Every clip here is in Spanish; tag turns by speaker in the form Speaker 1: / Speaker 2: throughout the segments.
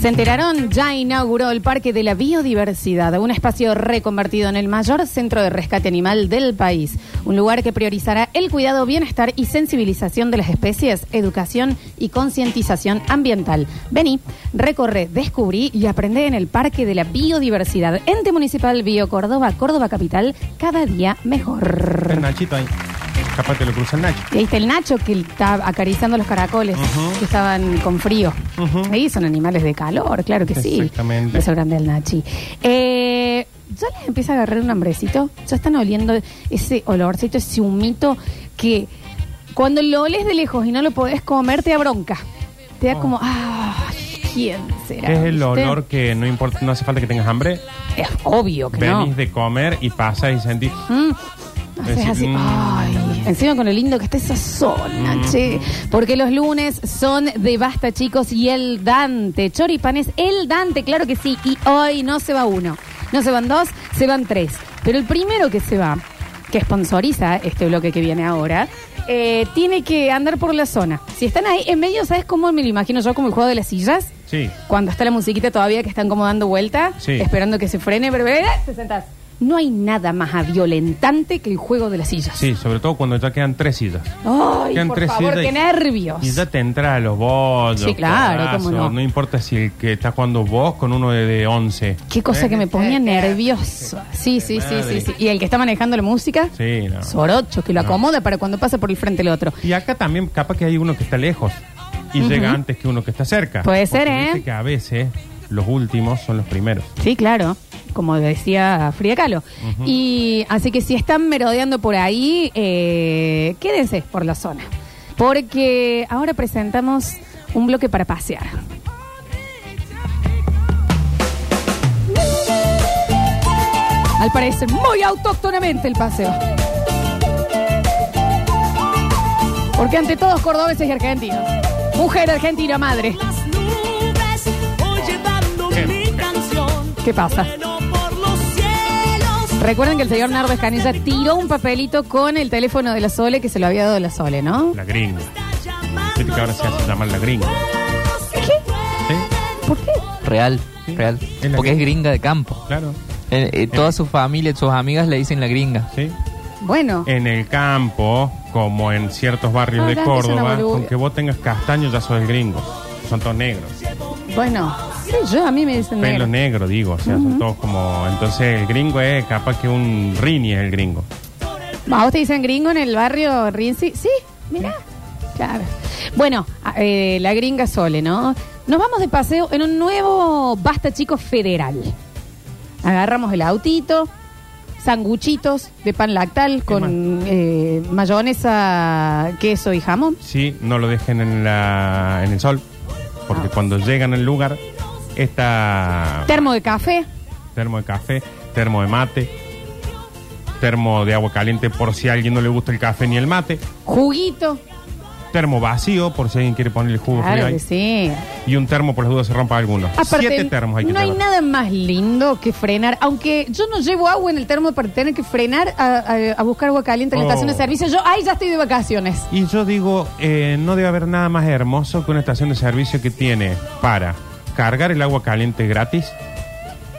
Speaker 1: ¿Se enteraron? Ya inauguró el Parque de la Biodiversidad, un espacio reconvertido en el mayor centro de rescate animal del país, un lugar que priorizará el cuidado, bienestar y sensibilización de las especies, educación y concientización ambiental. Vení, recorre, descubrí y aprende en el Parque de la Biodiversidad, Ente Municipal Bio Córdoba, Córdoba Capital, cada día mejor.
Speaker 2: El Nachito ahí. Capaz te lo cruza el Nacho.
Speaker 1: Y ahí está el Nacho que está acariciando los caracoles
Speaker 2: Ujú.
Speaker 1: que estaban con frío.
Speaker 2: Ujú.
Speaker 1: Ahí son animales de calor, claro que sí.
Speaker 2: Exactamente.
Speaker 1: Beso grande al Nachi. Eh, ya les empieza a agarrar un hambrecito. Ya están oliendo ese olorcito, ese humito que cuando lo oles de lejos y no lo podés comer te da bronca. Te da como, ah, ¿quién será?
Speaker 2: Oh. ¿Qué es el
Speaker 1: ¿Viste?
Speaker 2: olor que no importa, no hace falta que tengas hambre?
Speaker 1: Es obvio que
Speaker 2: Venís
Speaker 1: no.
Speaker 2: de comer y pasas y sentís.
Speaker 1: Mm. Haces
Speaker 2: Decís,
Speaker 1: así,
Speaker 2: mm.
Speaker 1: ay, encima con lo lindo que está esa zona, che. Porque los lunes son de basta, chicos, y el Dante. Choripanes, el Dante, claro que sí. Y hoy no se va uno, no se van dos, se van tres. Pero el primero que se va, que sponsoriza este bloque que viene ahora, eh, tiene que andar por la zona. Si están ahí en medio, ¿sabes cómo me lo imagino yo? Como el juego de las sillas.
Speaker 2: Sí.
Speaker 1: Cuando está la musiquita todavía que están como dando vuelta,
Speaker 2: Sí.
Speaker 1: esperando que se frene, pero pero, pero, te sentás. No hay nada más aviolentante que el juego de las sillas.
Speaker 2: Sí, sobre todo cuando ya quedan tres sillas.
Speaker 1: Ay,
Speaker 2: Quedan
Speaker 1: por
Speaker 2: tres
Speaker 1: favor,
Speaker 2: sillas
Speaker 1: qué
Speaker 2: y-
Speaker 1: nervios.
Speaker 2: Y ya te entra a los bollos.
Speaker 1: Sí, claro,
Speaker 2: codazos,
Speaker 1: cómo no.
Speaker 2: importa si el que estás jugando vos con uno de, ¿eh? de 11.
Speaker 1: Qué cosa que me ponía nervioso. Sí, sí, sí, sí,
Speaker 2: eh, madre.
Speaker 1: sí. Y el que está manejando la música,
Speaker 2: Sí, Ah. no.
Speaker 1: sorocho, que lo
Speaker 2: No.
Speaker 1: acomoda para cuando pasa por el frente el otro.
Speaker 2: Y acá también, capaz que hay uno que está lejos y llega antes que uno que está cerca.
Speaker 1: Puede
Speaker 2: Porque
Speaker 1: ser, ¿eh?
Speaker 2: viste que a veces los últimos son los primeros.
Speaker 1: Sí, claro. Como decía Frida Kahlo. Y así que si están merodeando por ahí, eh, quédense por la zona. Porque ahora presentamos un bloque para pasear. Al parecer, muy autóctonamente el paseo. Porque ante todos cordobeses y argentinos. Mujer argentina madre.
Speaker 3: las nubes, voy llevando mi canción.
Speaker 1: ¿Qué pasa?
Speaker 3: Vuelo por los cielos.
Speaker 1: Recuerden que el señor Nardo Escanilla tiró un papelito con el teléfono de la Sole que se lo había dado la Sole, ¿no?
Speaker 2: La gringa.
Speaker 3: Está llamando
Speaker 2: Viste que ahora se hace llamar la gringa. ¿Sí?
Speaker 1: ¿Por qué?
Speaker 4: Real, real.
Speaker 2: Es la
Speaker 4: Porque es
Speaker 2: gringa.
Speaker 4: gringa de campo.
Speaker 2: Claro.
Speaker 4: Eh, eh, toda su familia, sus amigas le dicen la gringa.
Speaker 2: Sí.
Speaker 1: Bueno,
Speaker 2: En el campo, como en ciertos barrios
Speaker 1: Ah,
Speaker 2: de
Speaker 1: acá empieza una
Speaker 2: Córdoba,
Speaker 1: boludez.
Speaker 2: con que vos tengas castaños ya sos el gringo. Son todos negros.
Speaker 1: bueno, sí, yo a mí me dicen negro.
Speaker 2: Pelo negro, digo. O sea, son todos como. Entonces el gringo es capaz que un rini es el gringo.
Speaker 1: ¿A Ah, vos te dicen gringo en el barrio Rinzi? Sí, mira, claro. Bueno, a- eh, la gringa Sole, ¿no? Nos vamos de paseo en un nuevo Basta Chicos Federal. Agarramos el autito, sanguchitos de pan lactal con eh, mayonesa, queso y jamón.
Speaker 2: Sí, no lo dejen en, la, en el sol.
Speaker 1: Ah.
Speaker 2: Porque cuando llegan al lugar, está
Speaker 1: Termo de café.
Speaker 2: termo de café, termo de mate, termo de agua caliente por si a alguien no le gusta el café ni el mate,
Speaker 1: Juguito.
Speaker 2: termo vacío por si alguien quiere poner el jugo frío
Speaker 1: Claro
Speaker 2: ahí,
Speaker 1: que sí.
Speaker 2: y un termo por las dudas se rompa alguno.
Speaker 1: Aparte,
Speaker 2: Siete termos hay que
Speaker 1: no hay
Speaker 2: llevar.
Speaker 1: nada más lindo que frenar. Aunque yo no llevo agua en el termo para tener que frenar a, a- a buscar agua caliente en la
Speaker 2: Oh.
Speaker 1: estación de servicio. Yo ahí ya estoy de vacaciones.
Speaker 2: Y yo digo, eh, no debe haber nada más hermoso que una estación de servicio que tiene para cargar el agua caliente gratis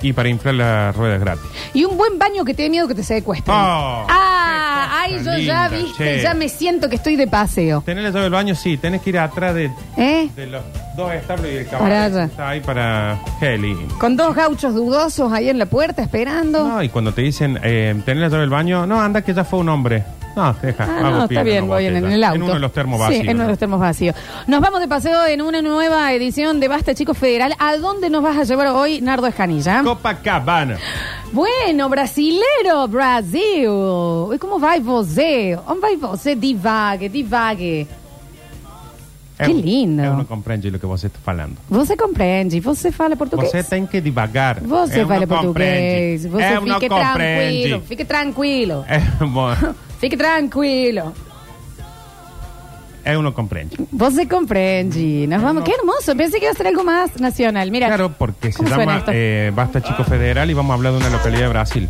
Speaker 2: y para inflar las ruedas gratis.
Speaker 1: Y un buen baño que te dé miedo que te secuestren.
Speaker 2: Oh,
Speaker 1: ah,
Speaker 2: qué
Speaker 1: ahí
Speaker 2: cosa
Speaker 1: yo ya
Speaker 2: linda,
Speaker 1: viste,
Speaker 2: che.
Speaker 1: ya me siento que estoy de paseo.
Speaker 2: Tener la llave del baño, sí, tenés que ir atrás de,
Speaker 1: ¿Eh?
Speaker 2: de los dos establos y el
Speaker 1: Para
Speaker 2: caballo
Speaker 1: allá.
Speaker 2: que está ahí para Heli.
Speaker 1: Con dos gauchos dudosos ahí en la puerta esperando.
Speaker 2: No, y cuando te dicen, eh, tenés la llave del baño, no, anda que ya fue un hombre. No, deja.
Speaker 1: Ah,
Speaker 2: hago
Speaker 1: no,
Speaker 2: pie
Speaker 1: está bien,
Speaker 2: una
Speaker 1: voy en,
Speaker 2: botella.
Speaker 1: el auto.
Speaker 2: En uno de los termos vacíos.
Speaker 1: Sí, en uno de los termos vacíos. Nos vamos de paseo en una nueva edición de Basta Chicos Federal. ¿A dónde nos vas a llevar hoy, Nardo Escanilla?
Speaker 2: Copacabana.
Speaker 1: Bueno, brasileiro, Brasil. E como vai você? Onde vai você? Divague, divague. Qué
Speaker 2: Eu-
Speaker 1: lindo.
Speaker 2: Eu não compreendo lo que você está falando.
Speaker 1: Você compreende, você fala português.
Speaker 2: Você tem que devagar.
Speaker 1: Você
Speaker 2: Eu
Speaker 1: fala
Speaker 2: não
Speaker 1: português.
Speaker 2: compreendo.
Speaker 1: Você
Speaker 2: Eu não
Speaker 1: fique tranquilo,
Speaker 2: compreendo.
Speaker 1: fique tranquilo.
Speaker 2: É, bom,
Speaker 1: Fique tranquilo.
Speaker 2: Eu não compreendo.
Speaker 1: Você compreende. Nós vamos. Qué hermoso. Pensé que iba a ser algo más nacional. Mira.
Speaker 2: Claro, porque se
Speaker 1: ¿Cómo suena
Speaker 2: llama
Speaker 1: esto?
Speaker 2: eh, Basta Chico Federal y vamos a hablar de una localidad de Brasil.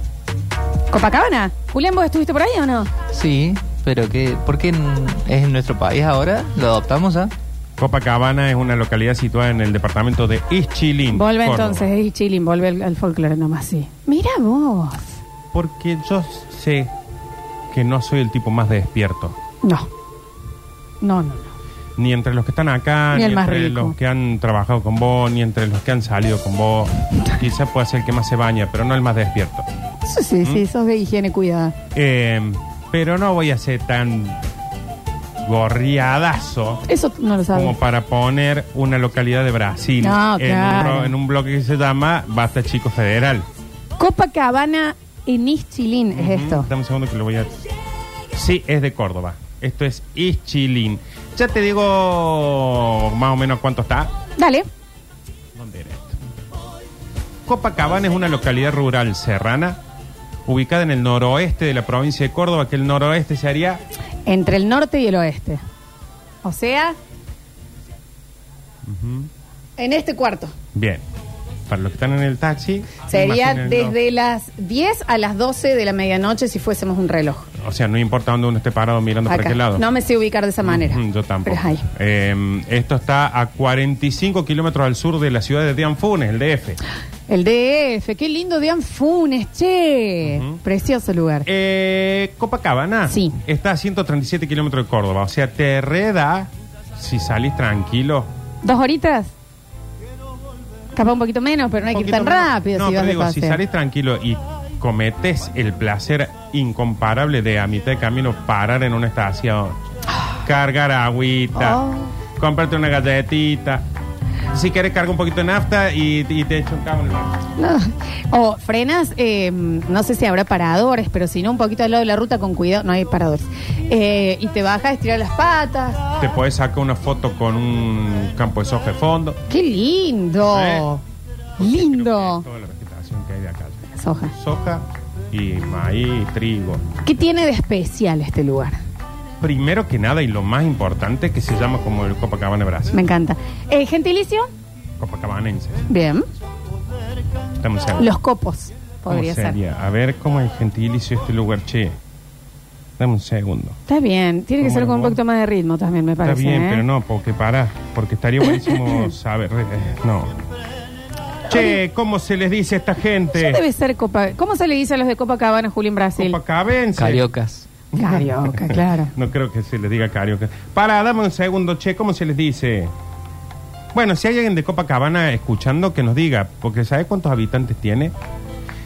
Speaker 1: Copacabana. Julián, ¿vos estuviste por ahí o no?
Speaker 4: Sí, pero que, ¿por qué n- es en nuestro país ahora? ¿Lo adoptamos ¿ah? ya?
Speaker 2: Copacabana es una localidad situada en el departamento de Ischilín.
Speaker 1: Vuelve
Speaker 2: Córdoba.
Speaker 1: entonces, es chilling, vuelve al, al folclore nomás, sí. Mira vos.
Speaker 2: Porque yo sé que no soy el tipo más despierto.
Speaker 1: No. No, no, no.
Speaker 2: Ni entre los que están acá,
Speaker 1: Ni
Speaker 2: ni,
Speaker 1: el más
Speaker 2: entre
Speaker 1: rico.
Speaker 2: los que han trabajado con vos, ni entre los que han salido con vos. Quizá pueda ser el que más se baña, pero no el más despierto.
Speaker 1: Sí, sí, sí, sos de higiene cuidada.
Speaker 2: Eh, pero no voy a ser tan gorriadazo
Speaker 1: Eso no lo sabes.
Speaker 2: como para poner una localidad de Brasil
Speaker 1: No,
Speaker 2: en, un,
Speaker 1: claro.
Speaker 2: blo- en un bloque que se llama Basta Chico Federal.
Speaker 1: Copacabana en Ischilín es esto.
Speaker 2: Ujú, Dame un segundo que lo voy a. Sí, es de Córdoba. Esto es Ischilín. Ya te digo más o menos cuánto está.
Speaker 1: Dale.
Speaker 2: ¿Dónde era esto? Copacabana es una localidad rural serrana ubicada en el noroeste de la provincia de Córdoba, que el noroeste sería
Speaker 1: Entre el norte y el oeste. O sea, en este cuarto.
Speaker 2: Bien. Para los que están en el taxi.
Speaker 1: Sería
Speaker 2: imaginen,
Speaker 1: desde las 10 a las 12 de la medianoche si fuésemos un reloj.
Speaker 2: ¿no? O sea, no importa dónde uno esté parado mirando para
Speaker 1: Acá.
Speaker 2: qué lado.
Speaker 1: No me sé ubicar de esa manera.
Speaker 2: Mm, Yo
Speaker 1: Pero
Speaker 2: tampoco.
Speaker 1: es ahí.
Speaker 2: Eh, esto está a 45 kilómetros al sur de la ciudad de Dianfunes, el DF.
Speaker 1: El DF, qué lindo de Anfunes, che.
Speaker 2: Ujú.
Speaker 1: Precioso lugar.
Speaker 2: Eh, Copacabana
Speaker 1: Sí.
Speaker 2: está a 137 kilómetros de Córdoba. O sea, te reda si salís tranquilo.
Speaker 1: ¿Dos horitas? Capaz un poquito menos, pero no hay que ir
Speaker 2: Poquito
Speaker 1: tan
Speaker 2: más.
Speaker 1: rápido
Speaker 2: No,
Speaker 1: si vas
Speaker 2: pero
Speaker 1: de
Speaker 2: digo, si
Speaker 1: paseo.
Speaker 2: salís tranquilo y cometes el placer incomparable de a mitad de camino parar en una estación, cargar agüita,
Speaker 1: Oh.
Speaker 2: comprarte una galletita. Si quieres, carga un poquito de nafta y, y te echo un cabo en el baño.
Speaker 1: No. O frenas, eh, no sé si habrá paradores, pero si no, un poquito al lado de la ruta con cuidado, no hay paradores. Eh, y te bajas, estirar las patas.
Speaker 2: Te puedes sacar una foto con un campo de soja de fondo.
Speaker 1: ¡Qué lindo!
Speaker 2: Creo
Speaker 1: ¡Lindo!
Speaker 2: que es Toda la vegetación que hay de acá.
Speaker 1: Soja.
Speaker 2: Soja y maíz, trigo.
Speaker 1: ¿Qué tiene de especial este lugar?
Speaker 2: Primero que nada y lo más importante que se llama como el Copacabana Brasil.
Speaker 1: Me encanta. Eh, gentilicio,
Speaker 2: Copacabanense.
Speaker 1: bien.
Speaker 2: Estamos seguros.
Speaker 1: Los copos,
Speaker 2: ¿Cómo
Speaker 1: podría ser.
Speaker 2: sería? A ver cómo es gentilicio este lugar, che. Dame un segundo.
Speaker 1: Está bien, tiene que
Speaker 2: Como
Speaker 1: ser con un
Speaker 2: el-
Speaker 1: poquito más de ritmo también, me parece.
Speaker 2: Está bien,
Speaker 1: ¿eh?
Speaker 2: pero no, porque para, porque estaría buenísimo saber. eh, No. Che, ¿cómo se les dice a esta
Speaker 1: Ya debe
Speaker 2: gente?
Speaker 1: ser Copa. ¿Cómo se le dice a los de Copacabana, Julián Brasil?
Speaker 2: Copacabense.
Speaker 4: Cariocas.
Speaker 1: Carioca, claro.
Speaker 2: No creo que se les diga carioca. Para, dame un segundo, che, ¿cómo se les dice? Bueno, si hay alguien de Copacabana escuchando, que nos diga, porque ¿sabes cuántos habitantes tiene?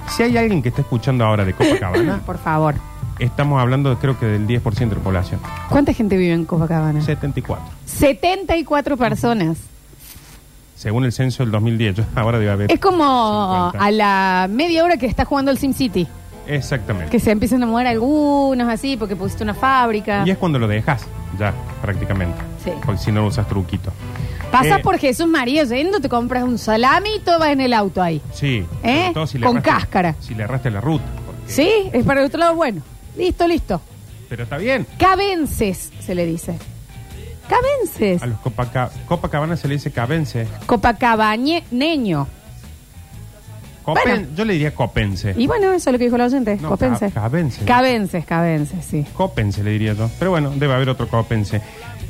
Speaker 2: Si hay alguien que está escuchando ahora de Copacabana,
Speaker 1: Por favor.
Speaker 2: estamos hablando creo que del 10% de la población.
Speaker 1: ¿Cuánta gente vive en Copacabana?
Speaker 2: 74.
Speaker 1: 74 personas.
Speaker 2: Según el censo del 2010. Yo ahora debe haber.
Speaker 1: Es como
Speaker 2: 50.
Speaker 1: a la media hora que está jugando el SimCity.
Speaker 2: Exactamente.
Speaker 1: Que se empiezan a mover algunos así porque pusiste una fábrica.
Speaker 2: Y es cuando lo dejas, ya, prácticamente.
Speaker 1: Sí.
Speaker 2: Porque si no usas truquito.
Speaker 1: Pasas
Speaker 2: Eh.
Speaker 1: por Jesús María yendo, te compras un salami y todo va en el auto ahí.
Speaker 2: Sí.
Speaker 1: ¿Eh?
Speaker 2: sobre todo
Speaker 1: Con
Speaker 2: erraste-
Speaker 1: cáscara.
Speaker 2: Si le erraste la ruta. porque-
Speaker 1: ¿Sí? Es para el otro lado, bueno. Listo, listo.
Speaker 2: Pero está bien.
Speaker 1: Cabenses, se le dice. Cabenses.
Speaker 2: A los Copaca- Copacabana se le dice cabense.
Speaker 1: Copacabañeño.
Speaker 2: Copen-
Speaker 1: Bueno.
Speaker 2: Yo le diría copense.
Speaker 1: Y bueno, eso es lo que dijo el oyente.
Speaker 2: No,
Speaker 1: Copense.
Speaker 2: ca- cabenses.
Speaker 1: Cabenses, cabenses, sí.
Speaker 2: Copense le diría yo. Pero bueno, debe haber otro copense.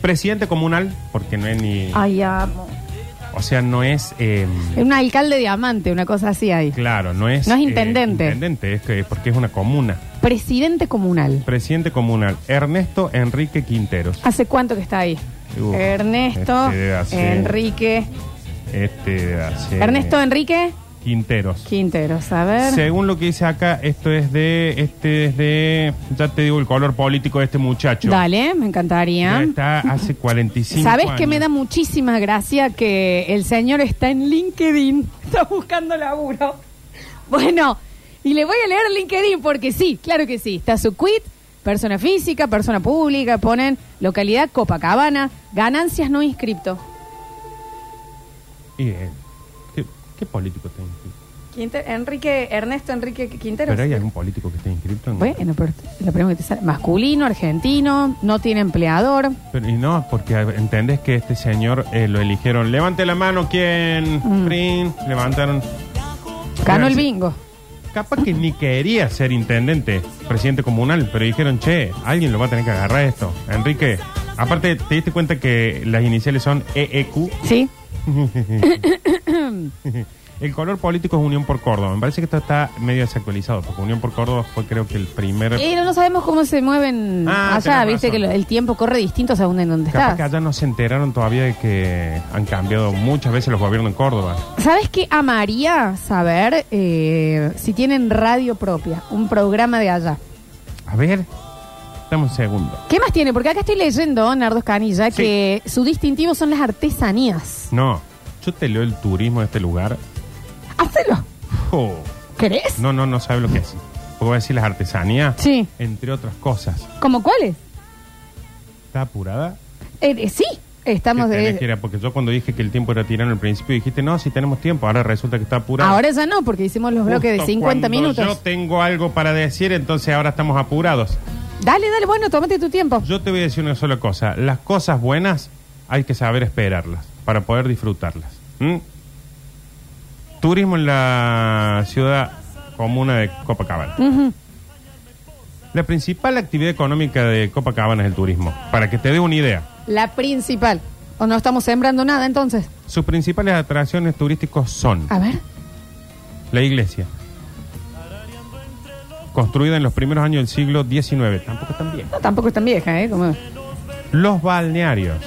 Speaker 2: Presidente comunal, porque no es ni.
Speaker 1: Ay, amo.
Speaker 2: O sea, no es. eh,
Speaker 1: Es un alcalde diamante, una cosa así ahí.
Speaker 2: claro, no es.
Speaker 1: No es
Speaker 2: eh,
Speaker 1: intendente.
Speaker 2: intendente, es que, porque es una comuna.
Speaker 1: Presidente comunal.
Speaker 2: Presidente comunal, Ernesto Enrique Quinteros.
Speaker 1: ¿Hace cuánto que está ahí?
Speaker 2: Uf,
Speaker 1: Ernesto,
Speaker 2: este hace-
Speaker 1: Enrique.
Speaker 2: Este hace-
Speaker 1: Ernesto Enrique
Speaker 2: Quinteros.
Speaker 1: Quinteros, a ver.
Speaker 2: Según lo que dice acá, esto es de, este es de, ya te digo el color político de este muchacho.
Speaker 1: Dale, me
Speaker 2: Ya
Speaker 1: encantaría.
Speaker 2: está hace 45
Speaker 1: ¿Sabes
Speaker 2: años.
Speaker 1: que me da muchísima gracia que el señor está en LinkedIn? Está buscando laburo. Bueno, y le voy a leer LinkedIn porque sí, claro que sí. Está su quit, persona física, persona pública, ponen localidad Copacabana, ganancias no inscripto.
Speaker 2: Y, eh, ¿qué, qué político está inscrito?
Speaker 1: Quinter- Enrique, Ernesto Enrique Quinteros.
Speaker 2: ¿Pero hay algún político que esté inscrito? En...
Speaker 1: Bueno, pero la pregunta que te sale, masculino, argentino, no tiene empleador.
Speaker 2: Pero, y no, porque a ver, entendés que este señor eh, lo eligieron. Levante la mano, ¿quién? Prin, levantaron.
Speaker 1: Ganó el
Speaker 2: Gracias.
Speaker 1: bingo.
Speaker 2: Capaz que ni quería ser intendente, presidente comunal, pero dijeron, che, alguien lo va a tener que agarrar esto. Enrique, Aparte, ¿te diste cuenta que las iniciales son E EEQ?
Speaker 1: ¿Sí?
Speaker 2: El color político es Unión por Córdoba. Me parece que esto está medio desactualizado, porque Unión por Córdoba fue creo que el primer...
Speaker 1: Y Eh, no sabemos cómo se mueven
Speaker 2: Ah,
Speaker 1: allá,
Speaker 2: tenés
Speaker 1: viste
Speaker 2: razón.
Speaker 1: que lo- el tiempo corre distinto según en donde
Speaker 2: Capaz que
Speaker 1: estás.
Speaker 2: allá no se enteraron todavía de que han cambiado muchas veces los gobiernos en Córdoba.
Speaker 1: ¿Sabes qué amaría saber eh, si tienen radio propia, un programa de allá?
Speaker 2: A ver, dame un segundo.
Speaker 1: ¿Qué más tiene? Porque acá estoy leyendo, Nardo Escanilla,
Speaker 2: Sí.
Speaker 1: que su distintivo son las artesanías.
Speaker 2: No, yo te leo el turismo de este lugar.
Speaker 1: Hacelo.
Speaker 2: Oh,
Speaker 1: ¿Querés?
Speaker 2: no, no, no sabe lo que es. Puedo decir las artesanías,
Speaker 1: Sí.
Speaker 2: entre otras cosas.
Speaker 1: ¿Cómo cuáles?
Speaker 2: ¿Está apurada?
Speaker 1: Eh, eh, sí, estamos
Speaker 2: Que
Speaker 1: de...
Speaker 2: tenés que ir a- porque yo cuando dije que el tiempo era tirano al principio dijiste, no, si tenemos tiempo, ahora resulta que está apurada.
Speaker 1: Ahora ya no, porque hicimos los bloques de
Speaker 2: Justo
Speaker 1: 50
Speaker 2: cuando
Speaker 1: minutos.
Speaker 2: Yo tengo algo para decir, entonces ahora estamos apurados.
Speaker 1: Dale, dale, bueno, tómate tu tiempo.
Speaker 2: Yo te voy a decir una sola cosa. Las cosas buenas hay que saber esperarlas para poder disfrutarlas. ¿Mm? Turismo en la ciudad comuna de Copacabana.
Speaker 1: Ujú.
Speaker 2: La principal actividad económica de Copacabana es el turismo. Para que te dé una idea,
Speaker 1: La principal. ¿O no estamos sembrando nada entonces?
Speaker 2: sus principales atracciones turísticas son
Speaker 1: A ver.
Speaker 2: la iglesia, construida en los primeros años del siglo XIX, tampoco tan bien.
Speaker 1: No, tampoco es tan vieja, ¿eh? Como-
Speaker 2: Los balnearios.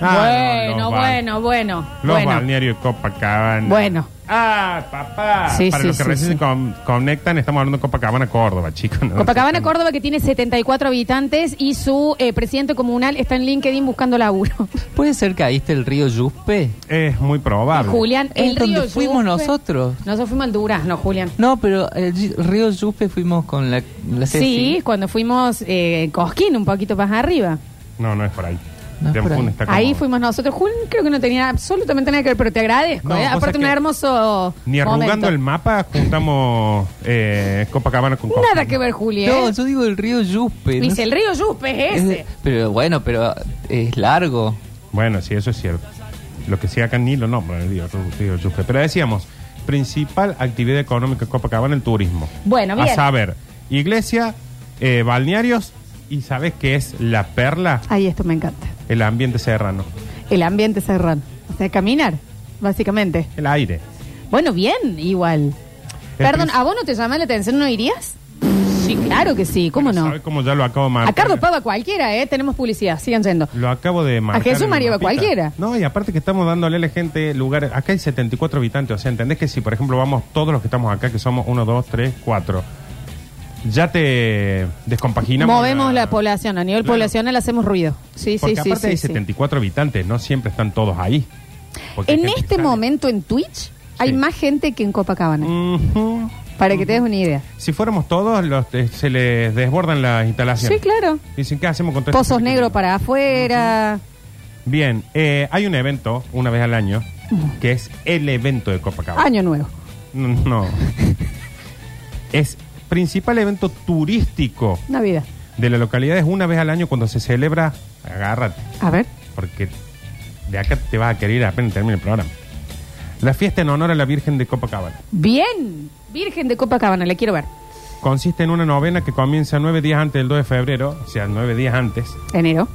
Speaker 2: Ah, no,
Speaker 1: bueno,
Speaker 2: los ba-
Speaker 1: bueno, bueno,
Speaker 2: Los
Speaker 1: bueno.
Speaker 2: balnearios de Copacabana.
Speaker 1: Bueno.
Speaker 2: Ah, papá.
Speaker 1: Sí,
Speaker 2: Para
Speaker 1: sí,
Speaker 2: los que
Speaker 1: sí,
Speaker 2: recién
Speaker 1: sí.
Speaker 2: se con- conectan, estamos hablando de Copacabana, Córdoba, chicos. ¿no?
Speaker 1: Copacabana, Córdoba, que tiene 74 habitantes y su eh, presidente comunal está en LinkedIn buscando laburo.
Speaker 4: ¿Puede ser que ahí está el río Yuspe?
Speaker 2: Es muy probable.
Speaker 1: Julián,
Speaker 4: Es
Speaker 1: el
Speaker 4: donde
Speaker 1: río
Speaker 4: fuimos
Speaker 1: Yuspe-
Speaker 4: nosotros.
Speaker 1: Nosotros fuimos al Durazno, Julián.
Speaker 4: No, pero el Yu- río Yuspe fuimos con la, la
Speaker 1: Sí,
Speaker 4: Ceci.
Speaker 1: cuando fuimos eh, Cosquín, un poquito más arriba.
Speaker 2: No, no es por ahí.
Speaker 4: No es
Speaker 2: De
Speaker 4: por
Speaker 2: Ampun
Speaker 4: ahí.
Speaker 2: está como-
Speaker 1: Ahí fuimos nosotros. Julián creo que no tenía absolutamente nada que ver, pero te agradezco.
Speaker 2: No,
Speaker 1: eh.
Speaker 2: cosa
Speaker 1: Aparte, un
Speaker 2: que-
Speaker 1: hermoso.
Speaker 2: Ni arrugando
Speaker 1: momento.
Speaker 2: el mapa juntamos eh, Copacabana con Córdoba.
Speaker 1: Nada que ver, Julián.
Speaker 4: No, yo digo el río Yuspe. no
Speaker 1: Dice,
Speaker 4: sé.
Speaker 1: el río Yuspe es
Speaker 4: Es
Speaker 1: ese.
Speaker 4: de- pero bueno, pero es largo.
Speaker 2: Bueno, sí, eso es cierto. Lo que sí acá ni lo nombran, el río- río Yuspe. Pero decíamos, principal actividad económica de Copacabana, el turismo.
Speaker 1: Bueno, bien.
Speaker 2: A saber, iglesia, eh, balnearios y ¿sabes qué es la perla?
Speaker 1: Ahí esto me encanta.
Speaker 2: El ambiente serrano,
Speaker 1: El ambiente serrano. O sea, caminar, básicamente.
Speaker 2: el aire.
Speaker 1: Bueno, bien, igual.
Speaker 2: El
Speaker 1: Perdón,
Speaker 2: princ-
Speaker 1: ¿a vos no te llama la atención? ¿No irías? Sí, claro que sí, ¿cómo no?
Speaker 2: ¿Sabe cómo ya lo acabo de marcar?
Speaker 1: A Carlos Pava cualquiera, ¿eh? Tenemos publicidad, sigan yendo.
Speaker 2: Lo acabo de marcar.
Speaker 1: Jesús
Speaker 2: en el
Speaker 1: María
Speaker 2: mapita.
Speaker 1: cualquiera.
Speaker 2: No, y aparte que estamos dándole a la gente lugares. Acá hay 74 habitantes, o sea, ¿entendés que si, por ejemplo, vamos todos los que estamos acá, que somos 1, 2, 3, 4, ya te descompaginamos?
Speaker 1: Movemos la población, a nivel
Speaker 2: Claro.
Speaker 1: poblacional hacemos ruido. Sí,
Speaker 2: Porque
Speaker 1: sí, sí,
Speaker 2: aparte
Speaker 1: sí,
Speaker 2: hay
Speaker 1: sí.
Speaker 2: 74 habitantes, no siempre están todos ahí. Porque hay
Speaker 1: En
Speaker 2: gente que
Speaker 1: este
Speaker 2: sale.
Speaker 1: momento en Twitch hay
Speaker 2: Sí.
Speaker 1: más gente que en Copacabana,
Speaker 2: Ujú.
Speaker 1: para que te des una idea.
Speaker 2: Si fuéramos todos, los, eh, se les desbordan las instalaciones.
Speaker 1: Sí, claro.
Speaker 2: Dicen, ¿qué hacemos con todo
Speaker 1: Pozos
Speaker 2: esto?
Speaker 1: negros para afuera.
Speaker 2: Bien, eh, hay un evento una vez al año que es el evento de Copacabana.
Speaker 1: Año nuevo.
Speaker 2: No, no. es principal evento turístico
Speaker 1: Navidad.
Speaker 2: de la localidad. Es una vez al año cuando se celebra. Agárrate,
Speaker 1: A ver.
Speaker 2: porque de acá te vas a querer ir apenas termine el programa. La fiesta en honor a la Virgen de Copacabana.
Speaker 1: Bien. Virgen de Copacabana, la quiero ver.
Speaker 2: Consiste en una novena que comienza nueve días antes del 2 de febrero, o sea, nueve días antes
Speaker 1: Enero.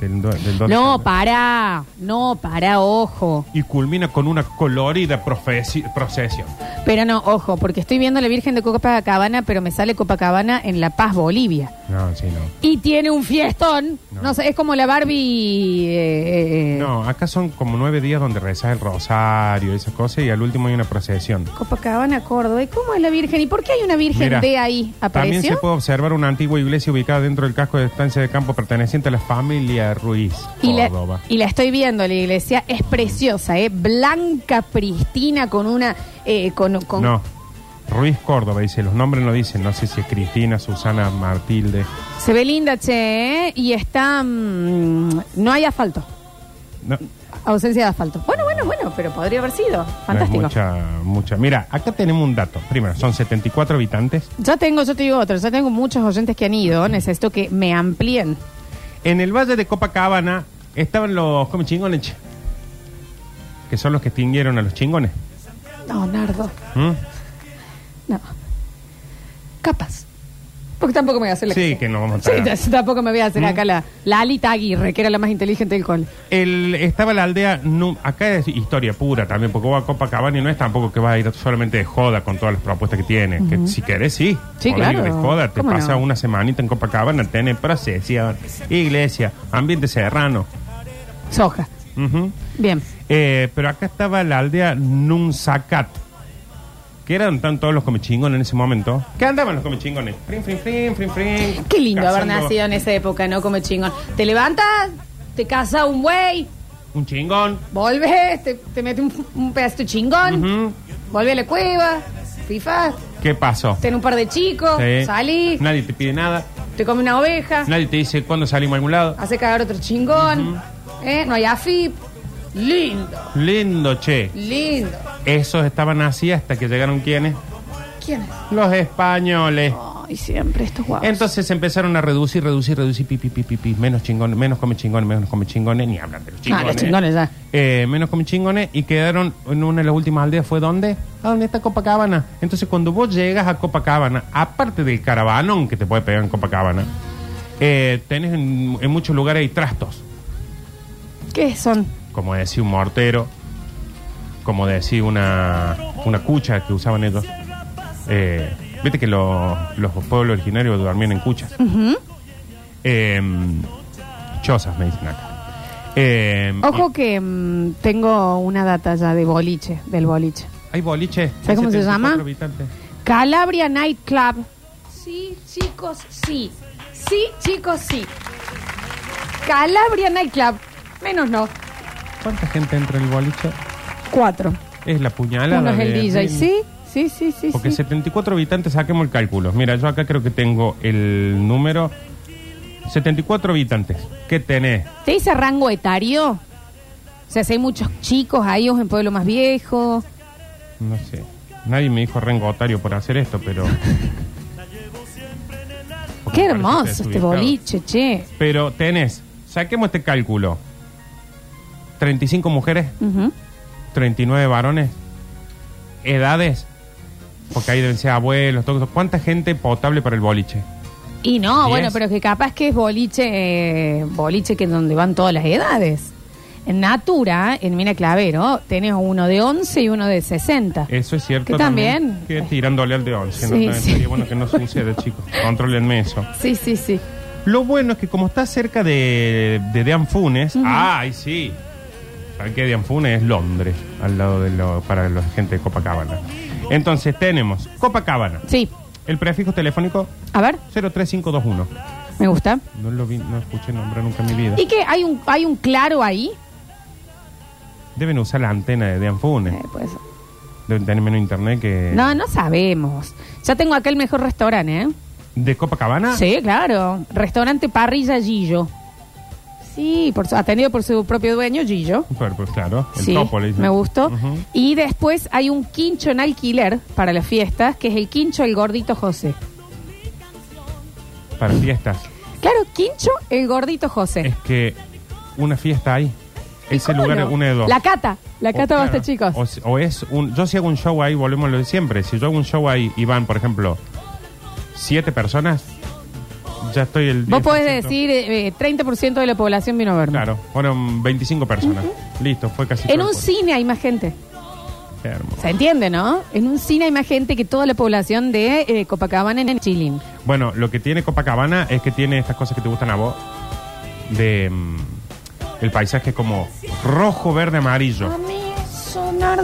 Speaker 2: del, del do- del 2 de
Speaker 1: No,
Speaker 2: febrero.
Speaker 1: para. No, para, ojo.
Speaker 2: y culmina con una colorida profesi- procesión.
Speaker 1: Pero no, ojo, porque estoy viendo la Virgen de Copacabana, pero me sale Copacabana en La Paz, Bolivia.
Speaker 2: No, sí, no.
Speaker 1: Y tiene un fiestón. No,
Speaker 2: No.
Speaker 1: sé, es como la Barbie. eh, eh, eh,
Speaker 2: No, acá son como nueve días donde rezas el rosario, esas cosas, y al último hay una procesión.
Speaker 1: Copacabana, Córdoba. ¿Y cómo es la Virgen? ¿Y por qué hay una Virgen
Speaker 2: Mira,
Speaker 1: de ahí?
Speaker 2: También se
Speaker 1: ¿Apareció?
Speaker 2: puede observar una antigua iglesia ubicada dentro del casco de estancia de campo perteneciente a la familia Ruiz,
Speaker 1: Y la,
Speaker 2: Córdoba.
Speaker 1: y la estoy viendo, la iglesia es preciosa, ¿eh? Blanca, pristina, con una. eh, con, con-
Speaker 2: No, Ruiz Córdoba, dice, los nombres no dicen, no sé si es Cristina, Susana, Martilde.
Speaker 1: Se ve linda, che, ¿eh? Y está. mm, no hay asfalto.
Speaker 2: No,
Speaker 1: Ausencia de asfalto. Bueno, bueno, bueno, pero podría haber sido.
Speaker 2: no es
Speaker 1: Fantástico.
Speaker 2: mucha, mucha. Mira, acá tenemos un dato. Primero, son 74 habitantes.
Speaker 1: Ya tengo, yo te digo otro, ya tengo muchos oyentes que han ido, necesito que me amplíen.
Speaker 2: En el valle de Copacabana estaban los come chingones, che, que son los que extinguieron a los chingones.
Speaker 1: No, Nardo,
Speaker 2: ¿Mm?
Speaker 1: no. Capaz. Porque tampoco me voy a hacer la
Speaker 2: Sí, Mm. que no vamos a
Speaker 1: Sí,
Speaker 2: estar.
Speaker 1: t- tampoco me voy a hacer acá la, la Alita Aguirre, que era la más inteligente del cole.
Speaker 2: El, estaba la aldea. nu- acá es historia pura también, porque vos a Copacabana y no es tampoco que vas a ir solamente de joda con todas las propuestas que tiene. que si querés, sí.
Speaker 1: Sí,
Speaker 2: Podés ir
Speaker 1: claro.
Speaker 2: de joda, te
Speaker 1: ¿Cómo
Speaker 2: pasa
Speaker 1: no?
Speaker 2: una semanita en Copacabana, tenés procesión, iglesia, ambiente serrano.
Speaker 1: Soja.
Speaker 2: Ujú.
Speaker 1: Bien.
Speaker 2: Eh, pero acá estaba la aldea Nunzacat, que eran tan todos los comechingones en ese momento. ¿Qué andaban los comechingones? Frin, frin, frin, frin, frin.
Speaker 1: Qué lindo haber
Speaker 2: Cazando
Speaker 1: nacido en esa época, ¿no? Como chingón. Te levantas, te casa un güey,
Speaker 2: Un chingón.
Speaker 1: volves, te, te mete un, un pedazo chingón,
Speaker 2: Ujú.
Speaker 1: volve a la cueva, FIFA,
Speaker 2: ¿Mm? ¿Qué pasó?
Speaker 1: ten un par de chicos,
Speaker 2: Sí.
Speaker 1: salís,
Speaker 2: Nadie te pide nada.
Speaker 1: te come una oveja,
Speaker 2: Nadie te dice cuándo salimos a algún lado.
Speaker 1: hace cagar otro chingón, ¿eh? No hay AFIP. Lindo,
Speaker 2: Lindo, che.
Speaker 1: lindo.
Speaker 2: Esos estaban así hasta que llegaron quienes?
Speaker 1: ¿Quién es?
Speaker 2: Los españoles.
Speaker 1: Ay, siempre estos guapos.
Speaker 2: Entonces empezaron a reducir, reducir, reducir, pi, pi, pi, pi, pi. menos chingones, menos come chingones, menos come chingones, ni hablan de los
Speaker 1: Ah,
Speaker 2: chingones.
Speaker 1: los chingones ya.
Speaker 2: Eh, menos come chingones y quedaron en una de las últimas aldeas. ¿Fue dónde? ¿A dónde está Copacabana? Entonces cuando vos llegas a Copacabana, aparte del caravanón que te puede pegar en Copacabana, eh, tenés en, en muchos lugares hay trastos,
Speaker 1: ¿Qué son?
Speaker 2: como decía un mortero, como decía una, una cucha que usaban ellos. Eh, Viste que los- los pueblos originarios dormían en cuchas. Em, chozas, me dicen acá. Em,
Speaker 1: Ojo que mm, tengo una data ya de boliche, del boliche.
Speaker 2: y- Hay boliche.
Speaker 1: ¿Sabes cómo se llama?
Speaker 2: 74 habitantes.
Speaker 1: Calabria Night Club. Sí, chicos, sí. Sí, chicos, sí. Calabria Night Club. Menos no.
Speaker 2: ¿Cuánta gente entra en el boliche?
Speaker 1: Cuatro.
Speaker 2: Es la puñalada.
Speaker 1: Uno es el
Speaker 2: de-
Speaker 1: DJ.
Speaker 2: de-
Speaker 1: Sí, sí, sí, sí.
Speaker 2: Porque
Speaker 1: sí.
Speaker 2: 74 habitantes, saquemos el cálculo. Mira, yo acá creo que tengo el número. 74 habitantes. ¿Qué tenés?
Speaker 1: ¿Te dice rango etario? O sea, si hay muchos chicos ahí o en pueblo más viejo.
Speaker 2: No sé. Nadie me dijo Rengo Otario por hacer esto, pero. Porque
Speaker 1: Qué
Speaker 2: me
Speaker 1: hermoso
Speaker 2: parece
Speaker 1: este
Speaker 2: desubicado.
Speaker 1: boliche, che.
Speaker 2: Pero tenés, saquemos este cálculo: 35 mujeres,
Speaker 1: Ujú.
Speaker 2: 39 varones, edades, porque ahí deben ser abuelos, todo eso. ¿Cuánta gente potable para el boliche?
Speaker 1: Y no,
Speaker 2: Diez.
Speaker 1: bueno, pero que capaz que es boliche, eh, boliche que es donde van todas las edades. En Natura, en Mina Clavero, tenés uno de 11 y uno de 60.
Speaker 2: Eso es cierto.
Speaker 1: Que también.
Speaker 2: Que tirándole al de 11.
Speaker 1: Sí,
Speaker 2: ¿no?
Speaker 1: sí.
Speaker 2: Sería bueno que no suceda, chicos. Controlenme eso.
Speaker 1: Sí, sí, sí.
Speaker 2: Lo bueno es que como está cerca de, de Dean Funes, ¡ay, sí! ¿Saben qué? Dean Funes es Londres, al lado de lo, para la gente de Copacabana. Entonces tenemos Copacabana,
Speaker 1: Sí.
Speaker 2: el prefijo telefónico
Speaker 1: A ver,
Speaker 2: 03521.
Speaker 1: me gusta.
Speaker 2: No lo vi, no escuché nombrar nunca en mi vida.
Speaker 1: ¿Y que hay un, hay un claro ahí?
Speaker 2: Deben usar la antena de Dean Funes.
Speaker 1: Eh, pues,
Speaker 2: Deben tener menos internet que...
Speaker 1: no, no sabemos. Ya tengo acá el mejor restaurante, ¿eh?
Speaker 2: ¿De Copacabana?
Speaker 1: Sí, claro. Restaurante Parrilla Gillo. Sí, por su- atendido por su propio dueño, Gillo.
Speaker 2: Pero, pues, claro, el
Speaker 1: Sí,
Speaker 2: topo le dicen.
Speaker 1: me gustó.
Speaker 2: Ujú.
Speaker 1: Y después hay un quincho en alquiler para las fiestas, que es el quincho El Gordito José.
Speaker 2: Para fiestas.
Speaker 1: Claro, quincho El Gordito José.
Speaker 2: Es que una fiesta ahí.
Speaker 1: ¿Y
Speaker 2: Ese
Speaker 1: cómo
Speaker 2: lugar
Speaker 1: no?
Speaker 2: es una de dos.
Speaker 1: La cata, la
Speaker 2: O-
Speaker 1: cata
Speaker 2: claro,
Speaker 1: basta, este, chicos.
Speaker 2: O, si- o es un. Yo si hago un show ahí, volvemos a lo de siempre. Si yo hago un show ahí y van, por ejemplo, siete personas, ya estoy el.
Speaker 1: Vos
Speaker 2: 10%.
Speaker 1: podés decir eh, eh, 30% de la población vino a verme.
Speaker 2: Claro, fueron 25 personas. Listo, fue casi.
Speaker 1: En
Speaker 2: todo
Speaker 1: un
Speaker 2: el
Speaker 1: cine hay más gente.
Speaker 2: pueblo. Qué hermoso.
Speaker 1: Se entiende, ¿no? En un cine hay más gente que toda la población de eh, Copacabana en Chilín.
Speaker 2: Bueno, lo que tiene Copacabana es que tiene estas cosas que te gustan a vos. De. mm, el paisaje como rojo, verde,
Speaker 1: Ah,
Speaker 2: amarillo.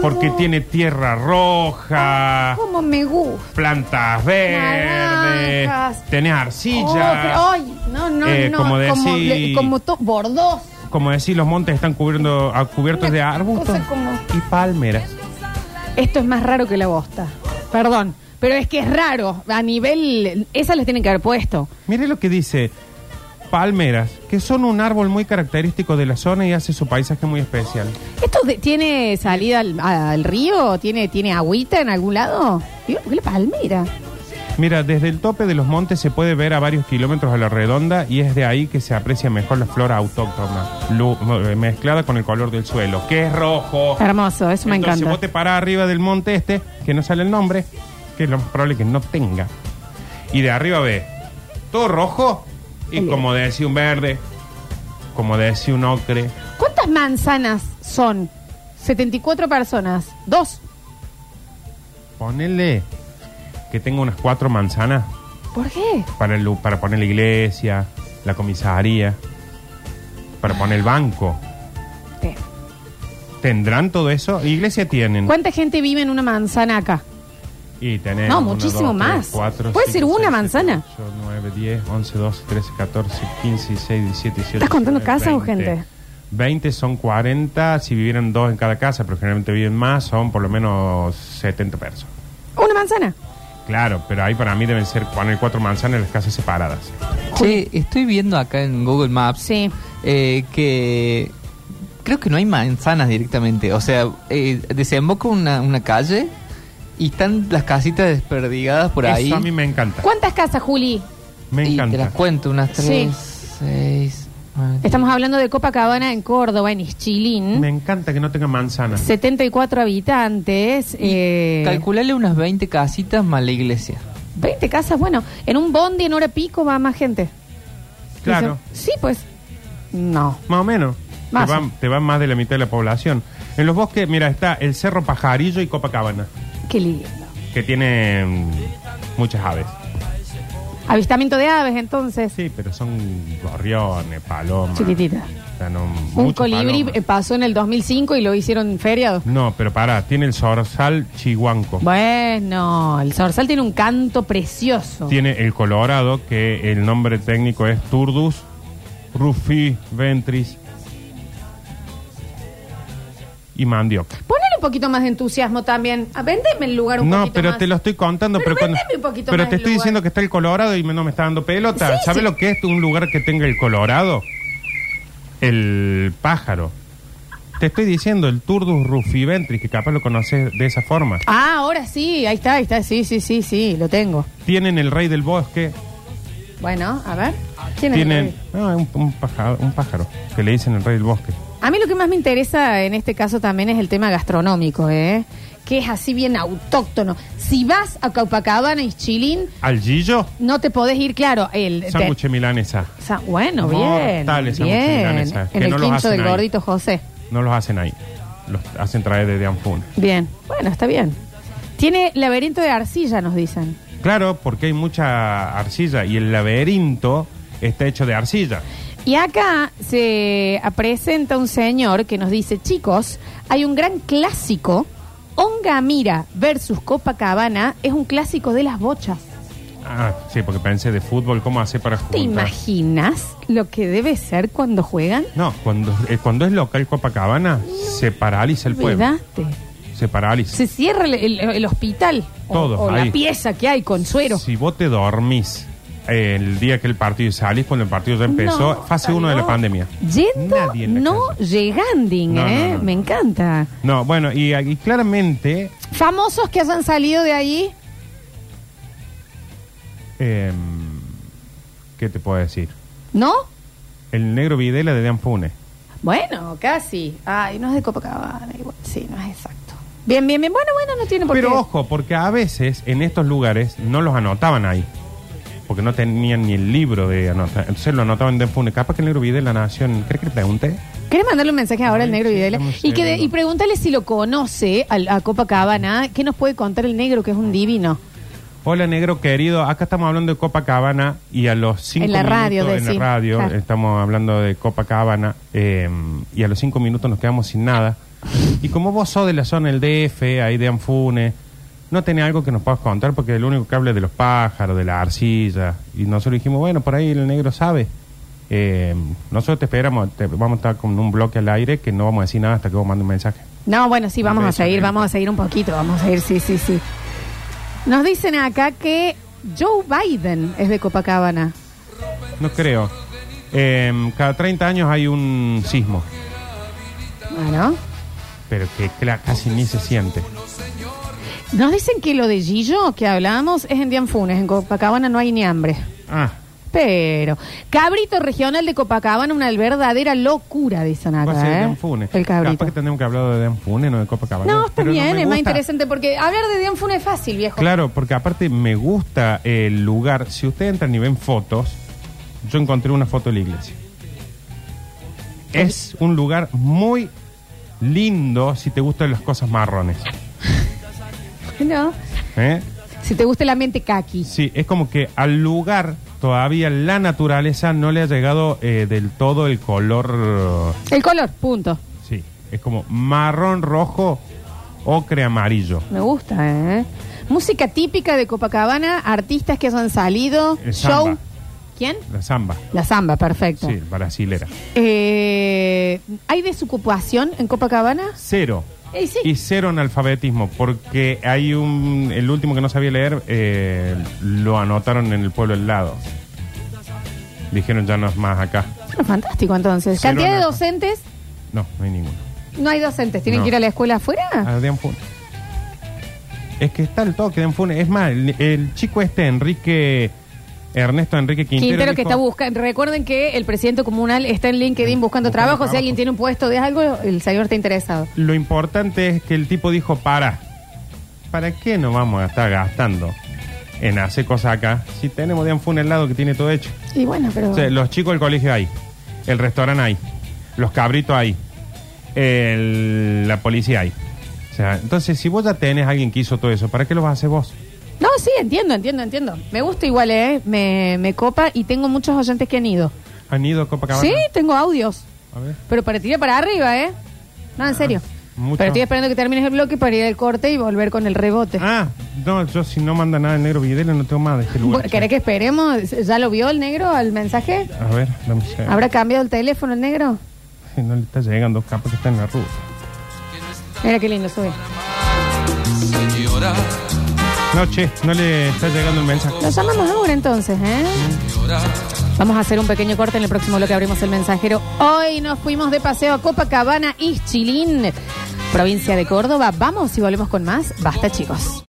Speaker 2: Porque tiene tierra roja.
Speaker 1: Como me gusta.
Speaker 2: plantas verdes,
Speaker 1: Naranjas.
Speaker 2: tenés
Speaker 1: Oh, pero,
Speaker 2: arcilla.
Speaker 1: ay, no, no,
Speaker 2: Eh,
Speaker 1: no.
Speaker 2: como decir-
Speaker 1: le- como to- bordeaux.
Speaker 2: Como decís, los montes están cubriendo, a- cubiertos de
Speaker 1: Una
Speaker 2: arbustos
Speaker 1: cosa como-
Speaker 2: y palmeras.
Speaker 1: Esto es más raro que la bosta. Perdón. Pero es que es raro. A nivel. Esas les tienen que haber puesto.
Speaker 2: Mire lo que dice palmeras, que son un árbol muy característico de la zona y hace su paisaje muy especial.
Speaker 1: ¿Esto de- tiene salida al, a- al río? ¿Tiene, ¿Tiene agüita en algún lado? Digo, ¿Qué la palmera?
Speaker 2: Mira, desde el tope de los montes se puede ver a varios kilómetros a la redonda y es de ahí que se aprecia mejor la flora autóctona, lu- mezclada con el color del suelo, que es rojo.
Speaker 1: Hermoso, eso me
Speaker 2: Entonces
Speaker 1: encanta.
Speaker 2: vos te parás arriba del monte este, que no sale el nombre, que es lo más probable que no tenga. Y de arriba ve todo rojo y
Speaker 1: Bien.
Speaker 2: como decía un verde, como decía un ocre.
Speaker 1: ¿Cuántas manzanas son? 74 personas. Dos.
Speaker 2: Ponele que tenga unas cuatro manzanas
Speaker 1: ¿Por qué?
Speaker 2: para, el lu- para poner la iglesia, la comisaría, para poner el banco.
Speaker 1: Bien.
Speaker 2: ¿Tendrán todo eso? Iglesia tienen.
Speaker 1: ¿Cuánta gente vive en una manzana acá?
Speaker 2: Y tenemos
Speaker 1: No,
Speaker 2: uno,
Speaker 1: muchísimo
Speaker 2: dos, tres,
Speaker 1: más.
Speaker 2: cuatro,
Speaker 1: Puede
Speaker 2: cinco,
Speaker 1: ser una
Speaker 2: seis,
Speaker 1: manzana.
Speaker 2: siete, ocho, nueve, diez, once, doce, trece, catorce, quince, dieciséis, diecisiete, dieciocho.
Speaker 1: ¿Estás contando
Speaker 2: diecinueve,
Speaker 1: casas o
Speaker 2: veinte.
Speaker 1: gente?
Speaker 2: Veinte son cuarenta. Si vivieran dos en cada casa, pero generalmente viven más, son por lo menos setenta personas.
Speaker 1: Una manzana.
Speaker 2: Claro, pero ahí para mí deben ser poner cuatro manzanas en las casas separadas.
Speaker 4: Che, estoy viendo acá en Google Maps
Speaker 1: Sí.
Speaker 4: eh, que creo que no hay manzanas directamente. O sea, eh, desemboca una, una calle y están las casitas desperdigadas por ahí.
Speaker 2: Eso a mí me encanta.
Speaker 1: ¿Cuántas casas, Juli?
Speaker 2: Me
Speaker 4: y te
Speaker 2: encanta.
Speaker 4: las cuento, unas
Speaker 1: Sí.
Speaker 4: tres, seis. nueve,
Speaker 1: Estamos hablando de Copacabana en Córdoba, en Ischilín.
Speaker 2: Me encanta que no tenga manzanas.
Speaker 1: 74 habitantes. eh,
Speaker 4: Calculale unas 20 casitas más la iglesia.
Speaker 1: 20 casas, bueno. En un bondi en hora pico va más gente.
Speaker 2: Claro.
Speaker 1: Dicen, Sí, pues. No.
Speaker 2: Más o menos.
Speaker 1: Más.
Speaker 2: Te, van, te van más de la mitad de la población. En los bosques, mira, está el Cerro Pajarillo y Copacabana,
Speaker 1: Qué lindo.
Speaker 2: que tiene mm, muchas aves.
Speaker 1: Avistamiento de aves, entonces.
Speaker 2: Sí, pero son gorriones, palomas.
Speaker 1: Chiquitita.
Speaker 2: O sea, no,
Speaker 1: Un
Speaker 2: mucho
Speaker 1: colibrí
Speaker 2: paloma.
Speaker 1: eh, pasó en el 2005 y lo hicieron feriado.
Speaker 2: No, pero pará, tiene el zorzal chihuanco.
Speaker 1: Bueno, el zorzal tiene un canto precioso.
Speaker 2: Tiene el colorado, que el nombre técnico es Turdus rufi ventris y mandioca.
Speaker 1: Ponle un poquito más de entusiasmo también. Ah, Vendeme el lugar un
Speaker 2: No,
Speaker 1: poquito
Speaker 2: pero
Speaker 1: más.
Speaker 2: te lo estoy contando.
Speaker 1: Pero
Speaker 2: Pero, cuando-
Speaker 1: vendeme un poquito
Speaker 2: pero
Speaker 1: más
Speaker 2: te
Speaker 1: el
Speaker 2: estoy
Speaker 1: lugar.
Speaker 2: diciendo que está el Colorado y me- no me está dando pelota.
Speaker 1: Sí,
Speaker 2: ¿Sabe
Speaker 1: sí.
Speaker 2: lo que es un lugar que tenga el Colorado? El pájaro. Te estoy diciendo el Turdus rufiventris, que capaz lo conoces de esa forma.
Speaker 1: Ah, ahora sí, ahí está, ahí está. Sí, sí, sí, sí, lo tengo.
Speaker 2: Tienen el rey del bosque,
Speaker 1: Bueno, a ver. ¿Quién es el
Speaker 2: tienen...
Speaker 1: rey?
Speaker 2: No, es un, un pájaro, un pájaro, que le dicen el rey del bosque.
Speaker 1: A mí lo que más me interesa en este caso también es el tema gastronómico, ¿eh? Que es así bien autóctono. Si vas a Copacabana y Chilín,
Speaker 2: Al Gillo,
Speaker 1: no te podés ir, claro. El, te-
Speaker 2: sándwich de milanesa.
Speaker 1: Sa- bueno, bien.
Speaker 2: Mortales, sándwiches de
Speaker 1: bien.
Speaker 2: milanesa, que
Speaker 1: En el
Speaker 2: no los
Speaker 1: quincho
Speaker 2: hacen
Speaker 1: del
Speaker 2: ahí.
Speaker 1: gordito José.
Speaker 2: No los hacen ahí, los hacen traer desde Anfun.
Speaker 1: Bien. Bueno, está bien. Tiene laberinto de arcilla, nos dicen.
Speaker 2: Claro, porque hay mucha arcilla y el laberinto está hecho de arcilla.
Speaker 1: Y acá se presenta un señor que nos dice, chicos, hay un gran clásico, Ongamira versus Copacabana, es un clásico de las bochas.
Speaker 2: Ah, sí, porque pensé de fútbol, ¿cómo hace para
Speaker 1: ¿Te
Speaker 2: juntar?
Speaker 1: imaginas lo que debe ser cuando juegan?
Speaker 2: No, cuando, eh, cuando es local Copacabana, se paraliza el pueblo.
Speaker 1: Olvidaste.
Speaker 2: Se paraliza.
Speaker 1: Se cierra el, el- el hospital o-
Speaker 2: Todo,
Speaker 1: o,
Speaker 2: ahí.
Speaker 1: la pieza que hay con suero.
Speaker 2: Si vos te dormís eh, el día que el partido y salís, cuando el partido ya empezó,
Speaker 1: No,
Speaker 2: fase 1 de la
Speaker 1: no.
Speaker 2: pandemia.
Speaker 1: Yendo,
Speaker 2: Nadie en la
Speaker 1: no
Speaker 2: calle.
Speaker 1: llegando, ¿eh?
Speaker 2: No, no, no,
Speaker 1: Me
Speaker 2: no.
Speaker 1: encanta.
Speaker 2: No, bueno, y, y claramente
Speaker 1: Famosos que hayan salido de ahí.
Speaker 2: Eh, ¿Qué te puedo decir?
Speaker 1: ¿No?
Speaker 2: El negro Videla de Dan Funes.
Speaker 1: Bueno, casi. Ay, no es de Copacabana. Igual. Sí, no es exacto. Bien, bien, bien. Bueno, bueno, no tiene por
Speaker 2: Pero
Speaker 1: qué.
Speaker 2: ojo, porque a veces en estos lugares no los anotaban ahí. Porque no tenían ni el libro de anotar. Entonces lo anotaban en Dan Funes. Capaz que el negro Videla nació en. ¿Crees que le pregunté?
Speaker 1: ¿Querés mandarle un mensaje ahora al
Speaker 2: Ay,
Speaker 1: negro
Speaker 2: sí,
Speaker 1: Videla?
Speaker 2: dame un
Speaker 1: Y, que de-
Speaker 2: segundo.
Speaker 1: y pregúntale si lo conoce al- a, Copacabana. ¿Qué nos puede contar el negro, que es un divino?
Speaker 2: Hola, negro querido. Acá estamos hablando de Copacabana y a los cinco
Speaker 1: En la radio, Ah.
Speaker 2: minutos en
Speaker 1: decí.
Speaker 2: la radio
Speaker 1: Claro.
Speaker 2: estamos hablando de Copacabana eh, y a los cinco minutos nos quedamos sin nada. Y como vos sos de la zona del DF, ahí de Anfune, no tenés algo que nos puedas contar porque el único que habla es de los pájaros, de la arcilla y nosotros dijimos bueno por ahí el negro sabe. Eh, nosotros te esperamos, te- vamos a estar con un bloque al aire que no vamos a decir nada hasta que vos mandes un mensaje.
Speaker 1: No, bueno, sí, vamos a
Speaker 2: Beso,
Speaker 1: seguir,
Speaker 2: negro.
Speaker 1: vamos a seguir un poquito. Vamos a ir, sí, sí, sí. Nos dicen acá que Joe Biden es de Copacabana.
Speaker 2: No creo. Eh, cada 30 años hay un sismo.
Speaker 1: Bueno.
Speaker 2: pero que cla- casi ni se siente.
Speaker 1: Nos dicen que lo de Gillo que hablábamos es en Dianfunes, en Copacabana no hay ni hambre.
Speaker 2: Ah,
Speaker 1: espero. Cabrito regional de Copacabana, una verdadera locura, dicen acá.
Speaker 2: Va a ser
Speaker 1: ¿eh?
Speaker 2: de Anfune.
Speaker 1: El cabrito.
Speaker 2: Capaz que tenemos que hablar de Danfune, no de Copacabana.
Speaker 1: No, está
Speaker 2: Pero
Speaker 1: bien,
Speaker 2: me
Speaker 1: es más
Speaker 2: gusta.
Speaker 1: interesante porque hablar de Dianfun es fácil, viejo.
Speaker 2: Claro, porque aparte me gusta el lugar. Si ustedes entran y ven fotos, yo encontré una foto de la iglesia. Es un lugar muy lindo si te gustan las cosas marrones.
Speaker 1: No.
Speaker 2: ¿eh?
Speaker 1: Si te gusta el ambiente kaki.
Speaker 2: Sí, es como que al lugar todavía la naturaleza no le ha llegado eh, del todo el color. eh,
Speaker 1: El color, punto.
Speaker 2: Sí, es como marrón, rojo, ocre, amarillo.
Speaker 1: Me gusta, ¿eh? Música típica de Copacabana, artistas que han salido,
Speaker 2: El
Speaker 1: show.
Speaker 2: samba.
Speaker 1: ¿Quién?
Speaker 2: La samba.
Speaker 1: La samba, perfecto.
Speaker 2: Sí, brasilera.
Speaker 1: Eh, ¿Hay desocupación en Copacabana?
Speaker 2: Cero.
Speaker 1: Eh, sí.
Speaker 2: Y cero analfabetismo, porque hay un. El último que no sabía leer eh, lo anotaron en el pueblo al lado. Dijeron ya no es más acá.
Speaker 1: Ah, Fantástico, entonces.
Speaker 2: Cero
Speaker 1: ¿Cantidad de
Speaker 2: nada.
Speaker 1: docentes?
Speaker 2: No, no hay ninguno.
Speaker 1: No hay docentes. ¿Tienen
Speaker 2: No.
Speaker 1: que ir a la escuela afuera?
Speaker 2: Ah, de Anfune. Es que está el toque de Anfune. Es más, el, el chico este, Enrique. Ernesto Enrique Quintero.
Speaker 1: Quintero que
Speaker 2: dijo-
Speaker 1: está buscando. Recuerden que el presidente comunal está en LinkedIn buscando
Speaker 2: Buscando
Speaker 1: trabajo. Si
Speaker 2: trabajo.
Speaker 1: alguien tiene un puesto de algo, el señor está interesado.
Speaker 2: Lo importante es que el tipo dijo: para. ¿Para qué nos vamos a estar gastando en hacer cosas acá? Si tenemos de Anfune al lado que tiene todo hecho.
Speaker 1: Y bueno, pero.
Speaker 2: O sea, los chicos del colegio ahí, el restaurante ahí, los cabritos ahí, el- la policía ahí. O sea, entonces si vos ya tenés a alguien que hizo todo eso, ¿para qué lo vas a hacer vos?
Speaker 1: No, sí, entiendo, entiendo, entiendo. Me gusta igual, ¿eh? Me, me copa y tengo muchos oyentes que han ido.
Speaker 2: ¿Han ido a Copacabana?
Speaker 1: Sí, tengo audios.
Speaker 2: A ver.
Speaker 1: Pero para tirar para arriba, ¿eh? No, en serio.
Speaker 2: Ah, mucho.
Speaker 1: Pero estoy esperando que termines el bloque para ir al corte y volver con el rebote.
Speaker 2: Ah, no, yo si no manda nada el negro Videla no tengo más de este lugar.
Speaker 1: Bueno, ¿Querés que esperemos? ¿Ya lo vio el negro al mensaje?
Speaker 2: A ver, dame un segundo.
Speaker 1: ¿Habrá cambiado el teléfono el negro?
Speaker 2: Si No le está llegando, capaz que está en la ruta.
Speaker 1: Mira qué lindo, sube.
Speaker 5: Señora,
Speaker 2: No, che, no le está llegando el mensaje.
Speaker 1: Lo llamamos ahora entonces, ¿eh?
Speaker 5: señora,
Speaker 1: Vamos a hacer un pequeño corte en el próximo bloque abrimos el mensajero. Hoy nos fuimos de paseo a Copacabana, Ischilín, provincia de Córdoba. Vamos y volvemos con más. Basta, chicos.